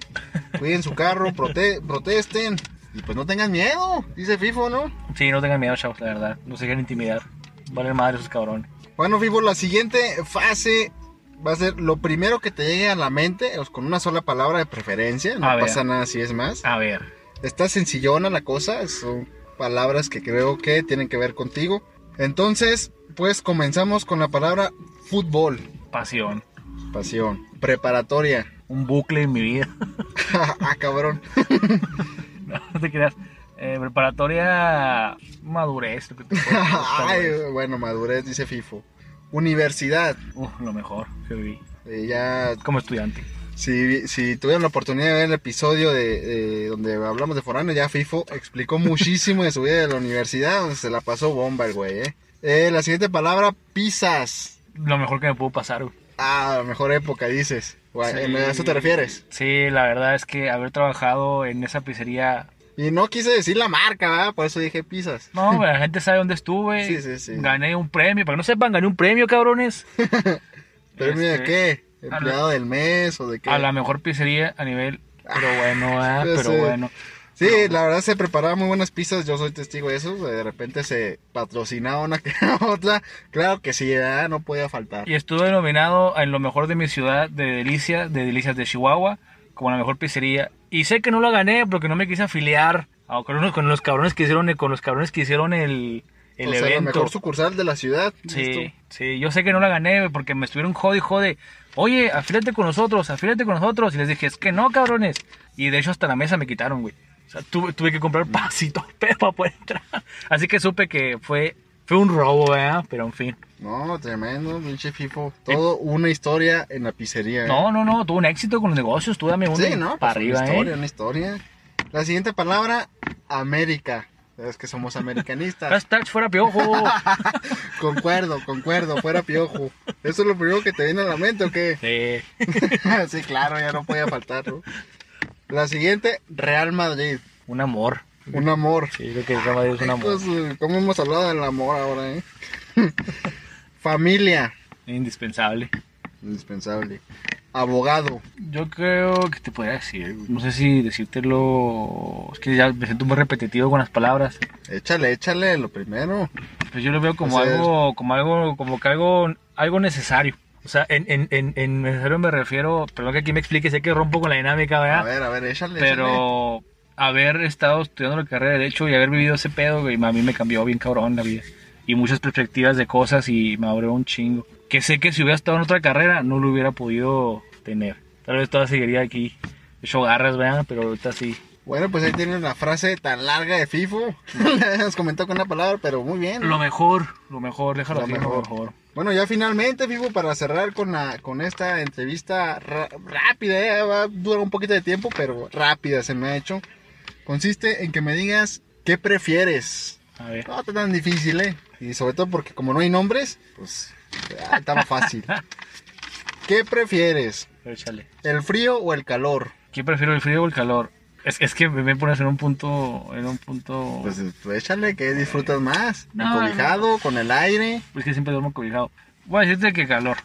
Speaker 1: Cuiden su carro, prote- protesten. Y pues no tengan miedo, dice FIFO, ¿no?
Speaker 2: Sí, no tengan miedo, chavos, la verdad. No se dejen intimidar. Vale madre esos cabrones.
Speaker 1: Bueno, FIFO, la siguiente fase va a ser lo primero que te llegue a la mente, pues, con una sola palabra de preferencia. No
Speaker 2: A ver.
Speaker 1: pasa nada si es más.
Speaker 2: A ver.
Speaker 1: Está sencillona la cosa, son palabras que creo que tienen que ver contigo. Entonces, pues comenzamos con la palabra fútbol,
Speaker 2: Pasión.
Speaker 1: pasión, preparatoria.
Speaker 2: Un bucle en mi vida.
Speaker 1: ah, cabrón.
Speaker 2: No, no te creas. Eh, preparatoria madurez. lo que te puedo decir, madurez.
Speaker 1: Ay, bueno, madurez, dice FIFO. Universidad.
Speaker 2: Uf, lo mejor que viví
Speaker 1: Eh, ya,
Speaker 2: como estudiante.
Speaker 1: si, si tuvieron la oportunidad de ver el episodio de, de donde hablamos de Forano, ya FIFO explicó muchísimo de su vida de la universidad, donde se la pasó bomba el güey, eh. Eh, la siguiente palabra, pisas.
Speaker 2: Lo mejor que me pudo pasar. güey.
Speaker 1: Ah, mejor época, dices. O a-
Speaker 2: Sí.
Speaker 1: ¿en ¿A eso te refieres?
Speaker 2: Sí, la verdad es que haber trabajado en esa pizzería.
Speaker 1: Y no quise decir la marca, ¿verdad? Por eso dije pizzas.
Speaker 2: No, güey, la gente sabe dónde estuve.
Speaker 1: Sí, sí, sí.
Speaker 2: Gané un premio. Para que no sepan, gané un premio, cabrones.
Speaker 1: ¿Premio de
Speaker 2: Este,
Speaker 1: qué?
Speaker 2: a la-
Speaker 1: ¿Empleado del mes o de qué?
Speaker 2: A la mejor pizzería a nivel. Pero bueno, ah,
Speaker 1: ya
Speaker 2: pero
Speaker 1: sé.
Speaker 2: bueno.
Speaker 1: Sí, la verdad se preparaban muy buenas pizzas, yo soy testigo de eso. De repente se patrocinaba una que otra. Claro que sí, ¿verdad? no podía faltar.
Speaker 2: Y estuve nominado en lo mejor de mi ciudad de Delicias, de Delicias de Chihuahua, como la mejor pizzería. Y sé que no la gané porque no me quise afiliar a- con, unos- con los cabrones que hicieron, con los cabrones que hicieron el, el
Speaker 1: o sea, la
Speaker 2: evento.
Speaker 1: Pues mejor sucursal de la ciudad.
Speaker 2: Sí,
Speaker 1: ¿listo?
Speaker 2: sí, yo sé que no la gané porque me estuvieron jode y jode. Oye, afílate con nosotros, afílate con nosotros. Y les dije, es que no, cabrones. Y de hecho, hasta la mesa me quitaron, güey. O sea, tuve, tuve que comprar pasito para poder entrar. Así que supe que fue, fue un robo, ¿verdad? Pero en fin.
Speaker 1: No, tremendo, pinche FIFO.
Speaker 2: Eh,
Speaker 1: Todo una historia en la pizzería. ¿eh?
Speaker 2: No, no, no, tuvo un éxito con los negocios. Tú dame uno
Speaker 1: Sí, ¿no?
Speaker 2: para
Speaker 1: Pues
Speaker 2: arriba,
Speaker 1: Una historia,
Speaker 2: ¿eh?
Speaker 1: una historia. La siguiente palabra, América. Sabes que somos americanistas.
Speaker 2: Hashtag fuera piojo.
Speaker 1: concuerdo, concuerdo, fuera piojo. ¿Eso es lo primero que te viene a la mente o qué?
Speaker 2: sí.
Speaker 1: sí, claro, ya no podía faltar, ¿no? La siguiente, Real Madrid.
Speaker 2: Un amor.
Speaker 1: Un amor.
Speaker 2: Sí, creo que el Real Madrid es un amor.
Speaker 1: Pues, eh, ¿Cómo hemos hablado del amor ahora, eh? Familia.
Speaker 2: Indispensable.
Speaker 1: Indispensable. Abogado.
Speaker 2: Yo creo que te podría decir, güey. no sé si decírtelo, es que ya me siento muy repetitivo con las palabras.
Speaker 1: Échale, échale lo primero.
Speaker 2: Pues yo lo veo como
Speaker 1: O sea,
Speaker 2: algo, como algo, como que algo, algo necesario. O sea, en, en, en, en necesario me refiero, perdón que aquí me explique, sé que rompo con la dinámica,
Speaker 1: A
Speaker 2: ¿verdad?
Speaker 1: ver, a ver, échale. échale.
Speaker 2: Ah, Pero haber estado estudiando la carrera de Derecho y haber vivido ese pedo, güey, a mí me cambió bien cabrón la vida. Y muchas perspectivas de cosas y me abrió un chingo. Que sé que si hubiera estado en otra carrera no lo hubiera podido tener. Tal vez todavía seguiría aquí. Hecho garras, vean, pero ahorita sí.
Speaker 1: Bueno, pues ahí tienen la frase tan larga de FIFO. Nos comentó con una palabra, pero muy bien.
Speaker 2: Lo mejor, lo mejor, déjalo
Speaker 1: Lo
Speaker 2: así,
Speaker 1: mejor.
Speaker 2: lo mejor.
Speaker 1: Bueno, ya finalmente, FIFO, para cerrar con, la, con esta entrevista ra- rápida, eh, va a durar un poquito de tiempo, pero rápida se me ha hecho. Consiste en que me digas qué prefieres.
Speaker 2: A ver.
Speaker 1: No está tan difícil, ¿eh? Y sobre todo porque como no hay nombres, pues ah, está más fácil. ¿Qué prefieres?
Speaker 2: Échale.
Speaker 1: ¿El frío o el calor?
Speaker 2: ¿Qué prefiero, el frío o el calor? Es, es que me pones en un punto, en un punto...
Speaker 1: Pues eh, tú échale, que disfrutas más?
Speaker 2: No,
Speaker 1: ¿Cobijado, con el aire?
Speaker 2: es que siempre duermo cobijado. Voy a decirte que calor,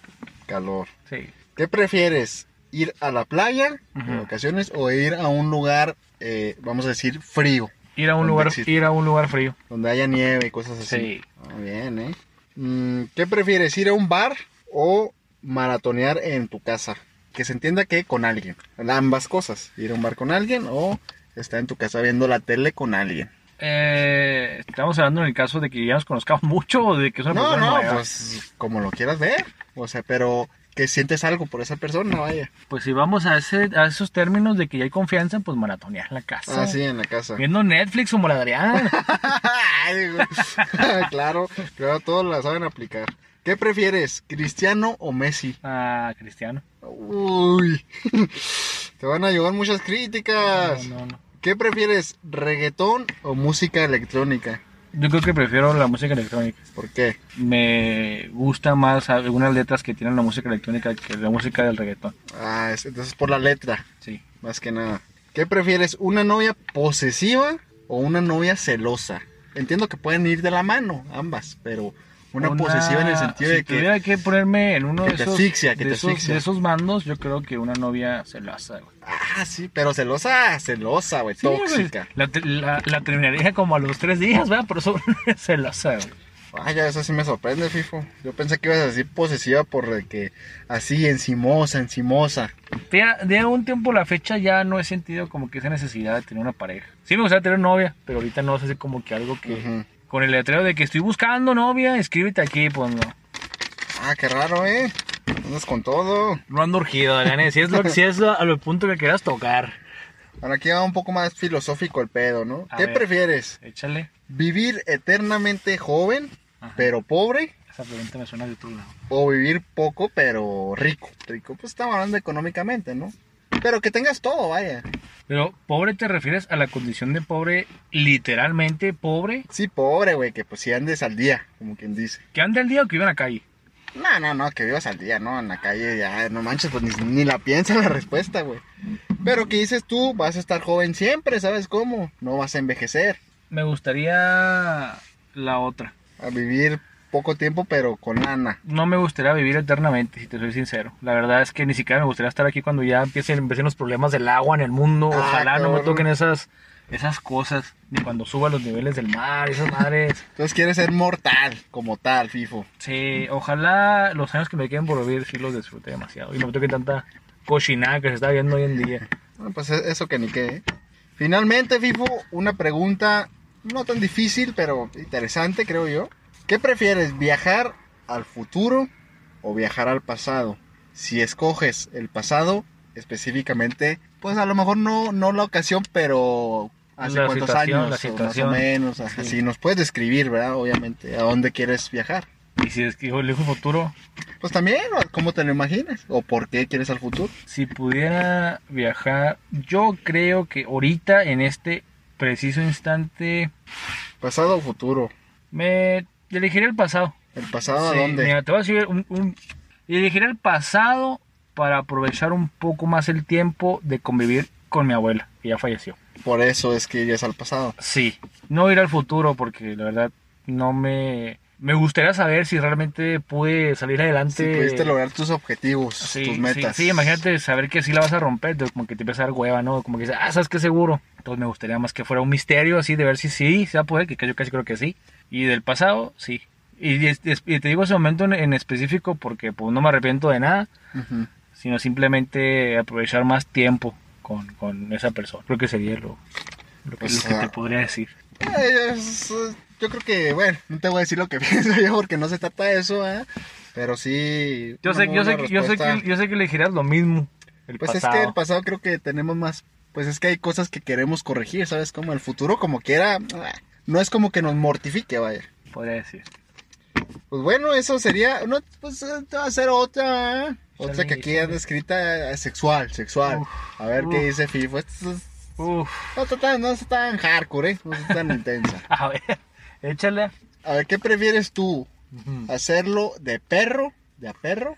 Speaker 1: Calor.
Speaker 2: sí.
Speaker 1: ¿Qué prefieres? ¿Ir a la playa
Speaker 2: Ujú.
Speaker 1: en ocasiones o ir a un lugar, eh, vamos a decir, frío?
Speaker 2: Ir a un
Speaker 1: Donde
Speaker 2: lugar,
Speaker 1: Pues existe.
Speaker 2: ir a un lugar frío.
Speaker 1: Donde haya nieve y cosas así.
Speaker 2: Sí.
Speaker 1: Ah, bien, ¿eh? Mm, ¿Qué prefieres? ¿Ir a un bar o maratonear en tu casa? Que se entienda que con alguien. Ambas cosas. Ir a un bar con alguien o estar en tu casa viendo la tele con alguien.
Speaker 2: Eh, estamos hablando en el caso de que ya nos conozcamos mucho o de que es una
Speaker 1: No,
Speaker 2: persona
Speaker 1: no,
Speaker 2: nueva.
Speaker 1: pues como lo quieras ver. O sea, pero que sientes algo por esa persona, vaya.
Speaker 2: Pues si vamos a, ese, a esos términos de que ya hay confianza, pues maratonear en la casa.
Speaker 1: Ah, sí, en la casa.
Speaker 2: Viendo Netflix como la de Adrián.
Speaker 1: Ay, güey. claro, claro, todos la saben aplicar. ¿Qué prefieres, Cristiano o Messi?
Speaker 2: Ah, Cristiano.
Speaker 1: Uy, te van a llevar muchas críticas.
Speaker 2: No, no, no.
Speaker 1: ¿Qué prefieres, reggaetón o música electrónica?
Speaker 2: Yo creo que prefiero la música electrónica.
Speaker 1: ¿Por qué?
Speaker 2: Me gusta más algunas letras que tienen la música electrónica que la música del reggaetón.
Speaker 1: Ah, es- entonces por la letra,
Speaker 2: Sí.
Speaker 1: más que nada. ¿Qué prefieres, una novia posesiva o una novia celosa? Entiendo que pueden ir de la mano, ambas, pero una, posesiva en el sentido
Speaker 2: si
Speaker 1: de que...
Speaker 2: tuviera que ponerme en uno
Speaker 1: que
Speaker 2: de
Speaker 1: te
Speaker 2: esos,
Speaker 1: asfixia, que
Speaker 2: de,
Speaker 1: te
Speaker 2: esos
Speaker 1: asfixia.
Speaker 2: de esos mandos, yo creo que una novia se lo hace. güey.
Speaker 1: Ah, sí, pero celosa, celosa, güey,
Speaker 2: Sí,
Speaker 1: tóxica.
Speaker 2: güey. La, te- la- la terminaría como a los tres días, ¿verdad? Pero eso se lo sabe.
Speaker 1: Vaya, eso Ah, sí me sorprende, Fifo. Yo pensé que ibas a decir posesiva por el que así, encimosa, encimosa.
Speaker 2: De, de un tiempo a la fecha ya no he sentido como que esa necesidad de tener una pareja. Sí me gustaría tener novia, pero ahorita no es así como que algo que...
Speaker 1: Ujú.
Speaker 2: Con el letrero de que estoy buscando novia, escríbete aquí, pues no.
Speaker 1: Ah, qué raro, ¿eh? Andas con todo.
Speaker 2: No ando urgido, Adrián. Si es, lo, si es lo- a lo punto que quieras tocar,
Speaker 1: Ahora aquí va un poco más filosófico el pedo, ¿no?
Speaker 2: A
Speaker 1: ¿Qué
Speaker 2: ver.
Speaker 1: prefieres?
Speaker 2: échale.
Speaker 1: ¿Vivir eternamente joven,
Speaker 2: Ajá.
Speaker 1: pero pobre?
Speaker 2: Esa pregunta me suena de otro lado.
Speaker 1: ¿O vivir poco, pero rico? Rico, pues estamos hablando económicamente, ¿no? Pero que tengas todo, vaya.
Speaker 2: Pero, ¿pobre te refieres a la condición de pobre, literalmente pobre?
Speaker 1: Sí, pobre, güey, que pues si andes al día, como quien dice.
Speaker 2: ¿Que ande al día o que viva en la calle?
Speaker 1: No, no, no, que vivas al día, ¿no? En la calle ya, no manches, pues ni, ni la piensa la respuesta, güey. Pero que dices tú, vas a estar joven siempre, ¿sabes cómo? No vas a envejecer,
Speaker 2: Me gustaría la otra.
Speaker 1: a vivir poco tiempo, pero con lana.
Speaker 2: No me gustaría vivir eternamente, si te soy sincero. La verdad es que ni siquiera me gustaría estar aquí cuando ya empiecen, empiecen los problemas del agua en el mundo.
Speaker 1: Ah,
Speaker 2: Ojalá no me
Speaker 1: cabrón.
Speaker 2: toquen esas, esas cosas. Ni cuando suba los niveles del mar, esas madres.
Speaker 1: Entonces quieres ser mortal, como tal, FIFO.
Speaker 2: Sí, ojalá los años que me queden por vivir sí los disfrute demasiado. Y no me toquen tanta cochinada que se está
Speaker 1: Ah,
Speaker 2: viendo hoy en día.
Speaker 1: Bueno, pues e- eso que ni qué, ¿eh? Finalmente, FIFO, una pregunta no tan difícil, pero interesante, creo yo. ¿Qué prefieres, viajar al futuro o viajar al pasado? Si escoges el pasado, específicamente, pues a lo mejor no, no la ocasión, pero hace
Speaker 2: La
Speaker 1: cuántos
Speaker 2: situación,
Speaker 1: años,
Speaker 2: la
Speaker 1: o más o
Speaker 2: situación.
Speaker 1: menos, ajá,
Speaker 2: Sí.
Speaker 1: si nos puedes describir, ¿verdad? Obviamente, a dónde quieres viajar.
Speaker 2: Y si es que yo elijo futuro,
Speaker 1: Pues también, o ¿cómo te lo imaginas? ¿O por qué quieres al futuro?
Speaker 2: si pudiera viajar, yo creo que ahorita, en este preciso instante,
Speaker 1: ¿Pasado o futuro?
Speaker 2: me elegiría el pasado.
Speaker 1: ¿El pasado
Speaker 2: Sí,
Speaker 1: a dónde?
Speaker 2: Mira, te voy a decir un, un- elegiría el pasado para aprovechar un poco más el tiempo de convivir con mi abuela, que ya falleció.
Speaker 1: Por eso es que irías al pasado.
Speaker 2: Sí, no ir al futuro porque la verdad no me... Me gustaría saber si realmente pude salir
Speaker 1: Si
Speaker 2: adelante.
Speaker 1: pudiste lograr tus objetivos,
Speaker 2: Sí,
Speaker 1: tus
Speaker 2: sí,
Speaker 1: metas.
Speaker 2: Sí, imagínate saber que sí la vas a romper, entonces como que te empieza a dar hueva, ¿no? Como que dices, ah, sabes que seguro. Entonces me gustaría más que fuera un misterio así de ver si sí se va a poder, que yo casi creo que sí. Y del pasado, sí. Y, des- des- y te digo ese momento en, en específico porque pues no me arrepiento de nada,
Speaker 1: Ujú.
Speaker 2: sino simplemente aprovechar más tiempo con, con esa persona. Creo que sería lo, lo que,
Speaker 1: Pues,
Speaker 2: lo que te
Speaker 1: ah.
Speaker 2: podría decir.
Speaker 1: Eh, es, eh, yo creo que, bueno, no te voy a decir lo que pienso yo porque no se trata de eso, ¿eh? Pero sí.
Speaker 2: Yo
Speaker 1: una
Speaker 2: sé,
Speaker 1: muy
Speaker 2: yo, sé,
Speaker 1: buena
Speaker 2: yo, sé que,
Speaker 1: respuesta.
Speaker 2: yo sé que elegirás lo mismo. El
Speaker 1: Pues
Speaker 2: pasado.
Speaker 1: es que el pasado creo que tenemos más. Pues es que hay cosas que queremos corregir, ¿sabes? Como el futuro, como quiera. ah, No es como que nos mortifique, vaya.
Speaker 2: Podría decir.
Speaker 1: Pues bueno, eso sería. No, pues eh, te va a ser otra. ¿eh? Otra
Speaker 2: Sale,
Speaker 1: que aquí es
Speaker 2: sale.
Speaker 1: descrita eh, sexual, sexual.
Speaker 2: Uf,
Speaker 1: a ver qué
Speaker 2: uf.
Speaker 1: dice FIFO. Esto es-
Speaker 2: Uf,
Speaker 1: No está tan, no está tan hardcore, ¿eh? No está tan intensa.
Speaker 2: a ver, échale.
Speaker 1: A ver, ¿qué prefieres tú? ¿Hacerlo de perro? ¿De a perro?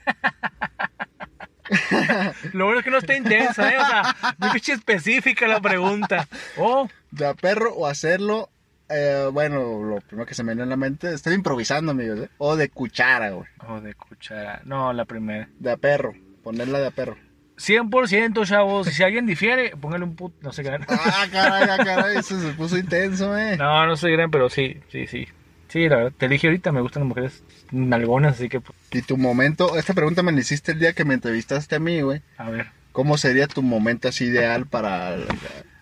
Speaker 2: Lo bueno es que no está intensa, ¿eh? O sea, muy pinche específica la pregunta. Oh,
Speaker 1: ¿De a perro o hacerlo? eh, bueno, lo primero que se me viene a la mente, estoy improvisando, amigos, ¿eh? O de cuchara, güey.
Speaker 2: oh de cuchara. No, la primera.
Speaker 1: De a perro. Ponerla de a perro.
Speaker 2: 100%, chavos. Y si alguien difiere, póngale un puto. No sé qué.
Speaker 1: Ah, caray, ah, caray, eso se puso intenso, eh.
Speaker 2: No, no sé gran, pero sí, sí, sí. Sí, la verdad, te dije ahorita, me gustan las mujeres nalgonas, así que, pues,
Speaker 1: Y tu momento, esta pregunta me la hiciste el día que me entrevistaste a mí, güey.
Speaker 2: a ver.
Speaker 1: ¿Cómo sería tu momento así ideal para la-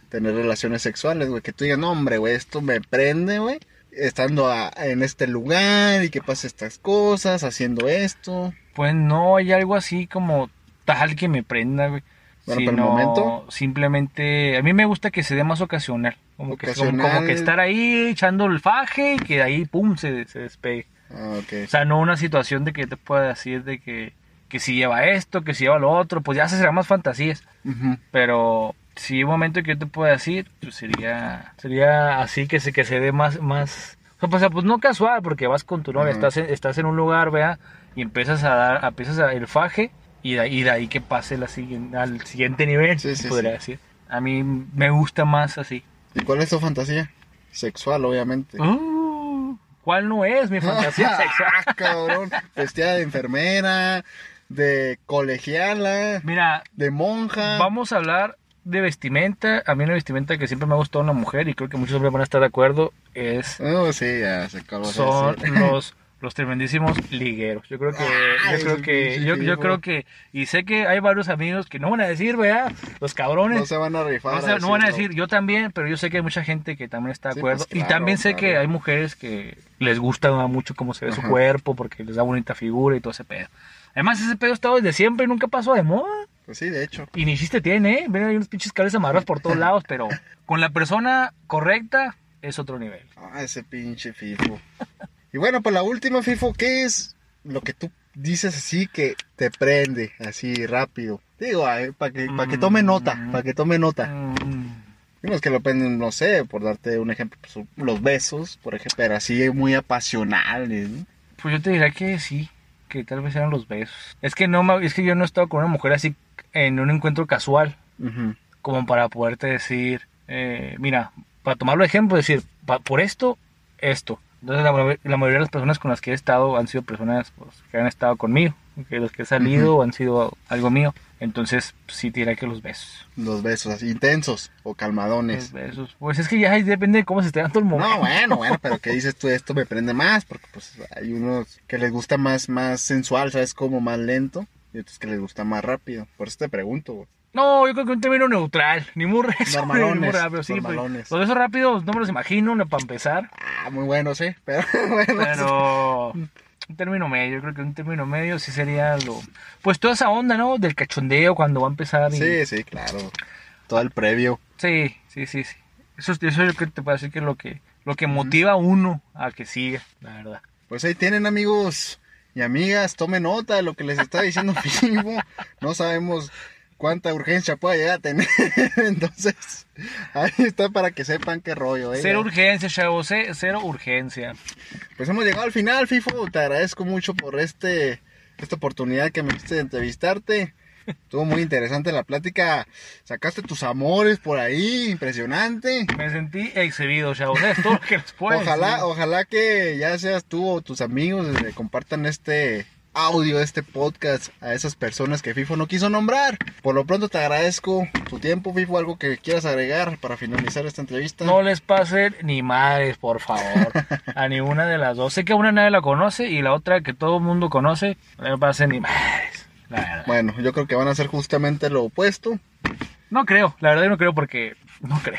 Speaker 1: tener relaciones sexuales, güey? Que tú digas, no, hombre, güey, esto me prende, güey. Estando a- en este lugar y que pase estas cosas, haciendo esto.
Speaker 2: Pues no hay algo así como tal que me prenda, güey.
Speaker 1: Bueno, pero el momento.
Speaker 2: Simplemente, a mí me gusta que se dé más ocasional. Como, que, como- como
Speaker 1: Ocasional.
Speaker 2: que estar ahí echando el faje y que ahí, pum, se, se despegue.
Speaker 1: Ah,
Speaker 2: O
Speaker 1: ok.
Speaker 2: sea, no una situación de que te pueda decir de que, que si lleva esto, que si lleva lo otro, pues ya se serán más fantasías.
Speaker 1: Ujú.
Speaker 2: Pero si un momento que yo te pueda decir, pues sería, sería así que se, que se dé más, más... O sea, pues, pues no casual, porque vas con tu novia,
Speaker 1: Ajá.
Speaker 2: estás, en, estás en un lugar, vea, y empiezas a dar, empiezas a el faje, y de, ahí- y de ahí que pase la siguiente, al siguiente nivel,
Speaker 1: Sí, sí,
Speaker 2: podría decir. A mí me gusta más así.
Speaker 1: ¿Y cuál es tu fantasía? Sexual, obviamente.
Speaker 2: Uh, ¿Cuál no es mi fantasía sexual?
Speaker 1: Ah, cabrón. Vestida de enfermera, de colegiala,
Speaker 2: Mira,
Speaker 1: de monja.
Speaker 2: Vamos a hablar de vestimenta. A mí una vestimenta que siempre me ha gustado una mujer y creo que muchos hombres van a estar de acuerdo es
Speaker 1: Oh, sí, ya se acabó.
Speaker 2: son los los tremendísimos ligueros. Yo creo que
Speaker 1: Ah,
Speaker 2: yo creo
Speaker 1: ese
Speaker 2: que
Speaker 1: pinche
Speaker 2: yo, yo
Speaker 1: tipo.
Speaker 2: creo que y sé que hay varios amigos que no van a decir, vea, los cabrones.
Speaker 1: No se van a rifar.
Speaker 2: No, sé, no van a
Speaker 1: decirlo.
Speaker 2: decir, yo también, pero yo sé que hay mucha gente que también está de
Speaker 1: Sí,
Speaker 2: acuerdo.
Speaker 1: pues,
Speaker 2: y
Speaker 1: claro,
Speaker 2: también sé que
Speaker 1: claro.
Speaker 2: hay mujeres que les gusta mucho cómo se ve
Speaker 1: Ajá.
Speaker 2: su cuerpo, porque les da bonita figura y todo ese pedo. Además, ese pedo ha estado desde siempre y nunca pasó de moda.
Speaker 1: Pues sí, de hecho.
Speaker 2: Y ni chiste tiene, ¿eh? Ven, hay unos pinches cables amarrados por todos lados, pero con la persona correcta es otro nivel.
Speaker 1: Ah, ese pinche FIFO. Y bueno, pues la última FIFO, ¿qué es lo que tú dices así que te prende así rápido? Digo, para que, pa' que tome nota, para que tome nota.
Speaker 2: Mm,
Speaker 1: Unos que lo prenden, no sé, por darte un ejemplo, pues, los besos, por ejemplo, pero así muy apasionales. ¿no?
Speaker 2: Pues yo te diría que sí, que tal vez eran los besos. Es que no me- es que yo no he estado con una mujer así en un encuentro casual,
Speaker 1: Ujú.
Speaker 2: como para poderte decir, eh, mira, para tomarlo de ejemplo, decir, pa- por esto, esto. Entonces la, ma- la mayoría de las personas con las que he estado han sido personas pues, que han estado conmigo, que los que he salido han sido algo mío. Entonces sí te diría que los besos.
Speaker 1: Los besos así intensos o
Speaker 2: Los
Speaker 1: calmadones.
Speaker 2: besos. Pues es que ya depende de cómo se esté dando el momento.
Speaker 1: No, bueno, bueno, pero ¿qué dices tú? Esto me prende más, porque pues hay unos que les gusta más, más sensual, ¿sabes? Como más lento, y otros que les gusta más rápido. Por eso te pregunto, güey.
Speaker 2: No, yo creo que un término neutral. Ni muy recio, ni muy
Speaker 1: Normalones,
Speaker 2: rápido. Sí, pues,
Speaker 1: normalones.
Speaker 2: los de esos rápidos no me los imagino, no, para empezar.
Speaker 1: Ah, muy bueno, sí, pero bueno.
Speaker 2: Pero un término medio, yo creo que un término medio sí sería lo... Pues toda esa onda, ¿no? Del cachondeo cuando va a empezar. y-
Speaker 1: Sí, sí, claro. Todo el previo.
Speaker 2: sí, sí, sí. sí. Eso, eso es lo que te puedo decir que es lo que, lo que motiva a uno a que siga, la verdad.
Speaker 1: Pues ahí tienen amigos y amigas, tomen nota de lo que les está diciendo Vivo. No sabemos cuánta urgencia pueda llegar a tener. Entonces, ahí está para que sepan qué rollo. ¿eh?
Speaker 2: Cero urgencia, chavos, eh, cero urgencia.
Speaker 1: Pues hemos llegado al final, Fifo. Te agradezco mucho por este esta oportunidad que me diste de entrevistarte. Estuvo muy interesante la plática. Sacaste tus amores por ahí, impresionante.
Speaker 2: Me sentí exhibido, chavos, eh, es todo lo que les puedo
Speaker 1: Ojalá,
Speaker 2: decir.
Speaker 1: ojalá que ya seas tú o tus amigos eh, compartan este audio, este podcast a esas personas que FIFO no quiso nombrar. Por lo pronto te agradezco tu tiempo, FIFO. Algo que quieras agregar para finalizar esta entrevista.
Speaker 2: No les pasen ni madres, por favor. A ninguna de las dos. Sé que a una nadie la conoce y la otra que todo el mundo conoce, no le pasen ni madres. La verdad.
Speaker 1: Bueno, yo creo que van a hacer justamente lo opuesto.
Speaker 2: No creo, la verdad yo no creo porque no creo.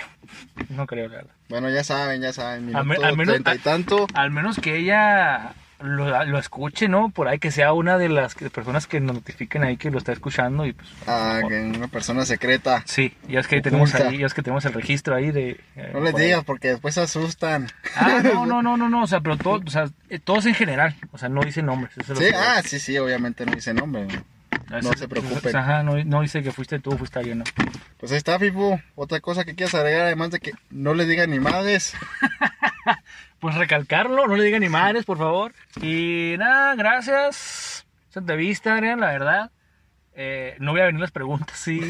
Speaker 2: No creo, la verdad.
Speaker 1: Bueno, ya saben, ya saben,
Speaker 2: A
Speaker 1: minuto
Speaker 2: me- a menos-
Speaker 1: treinta y tanto.
Speaker 2: Al menos que ella lo, lo escuche, ¿no? Por ahí que sea una de las que- personas que nos notifiquen ahí que lo está escuchando y pues...
Speaker 1: Ah, que una persona secreta.
Speaker 2: Sí, ya es que ahí tenemos
Speaker 1: Oculta.
Speaker 2: ahí, ya es que tenemos el registro ahí de... eh,
Speaker 1: No les
Speaker 2: por ahí.
Speaker 1: digas porque después se asustan.
Speaker 2: Ah, no, no, no, no, no, o sea, pero todo, o sea, eh, todos en general, o sea, no dicen nombres. Eso es lo
Speaker 1: Sí,
Speaker 2: que-
Speaker 1: ah, sí, sí, obviamente no dice nombre.
Speaker 2: eso-
Speaker 1: no se
Speaker 2: eso-
Speaker 1: preocupen.
Speaker 2: Ajá, no, no dice que fuiste tú, fuiste alguien, no.
Speaker 1: Pues ahí está, Fifu. Otra cosa que quieras agregar, además de que no le digan ni madres.
Speaker 2: Pues recalcarlo, no le digan ni madres, por favor. Y nada, gracias. Santa Vista, Adrián, la verdad. Eh, no voy a venir las preguntas, sí.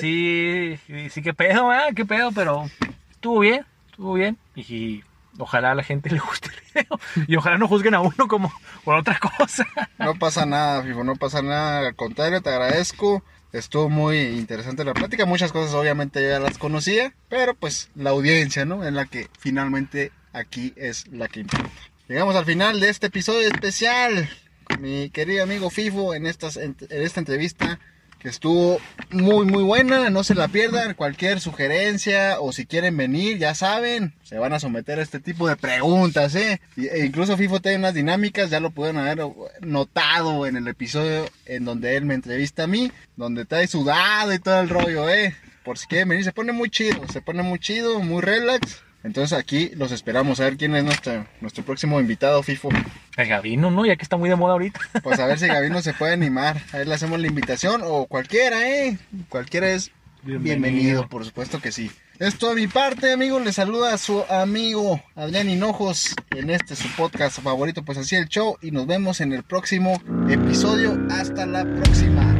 Speaker 2: Sí, sí, qué pedo, ¿eh? Qué pedo, pero estuvo bien, estuvo bien. Y ojalá a la gente le guste el video. Y ojalá no juzguen a uno como por otra cosa.
Speaker 1: No pasa nada, Fifu, no pasa nada. Al contrario, te agradezco. Estuvo muy interesante la plática. Muchas cosas obviamente yo ya las conocía, pero pues la audiencia, ¿no? Es la que finalmente aquí es la que importa. Llegamos al final de este episodio especial con mi querido amigo Fifo en, estas, en esta entrevista que estuvo muy muy buena, no se la pierdan, cualquier sugerencia o si quieren venir, ya saben, se van a someter a este tipo de preguntas, ¿eh? Y- e incluso FIFO tiene unas dinámicas, ya lo pueden haber notado en el episodio en donde él me entrevista a mí, donde trae sudado y todo el rollo, ¿eh? Por si quieren venir, se pone muy chido, se pone muy chido, muy relax. Entonces aquí los esperamos a ver quién es nuestro, nuestro próximo invitado, FIFO.
Speaker 2: El Gabino, ¿no? Ya que está muy de moda ahorita.
Speaker 1: Pues a ver si Gabino se puede animar. A ver, le hacemos la invitación o cualquiera, ¿eh? Cualquiera es bienvenido, por supuesto que sí. Esto de mi parte, amigos, les saluda a su amigo Adrián Hinojos en este su podcast favorito, pues así el show. Y nos vemos en el próximo episodio. Hasta la próxima.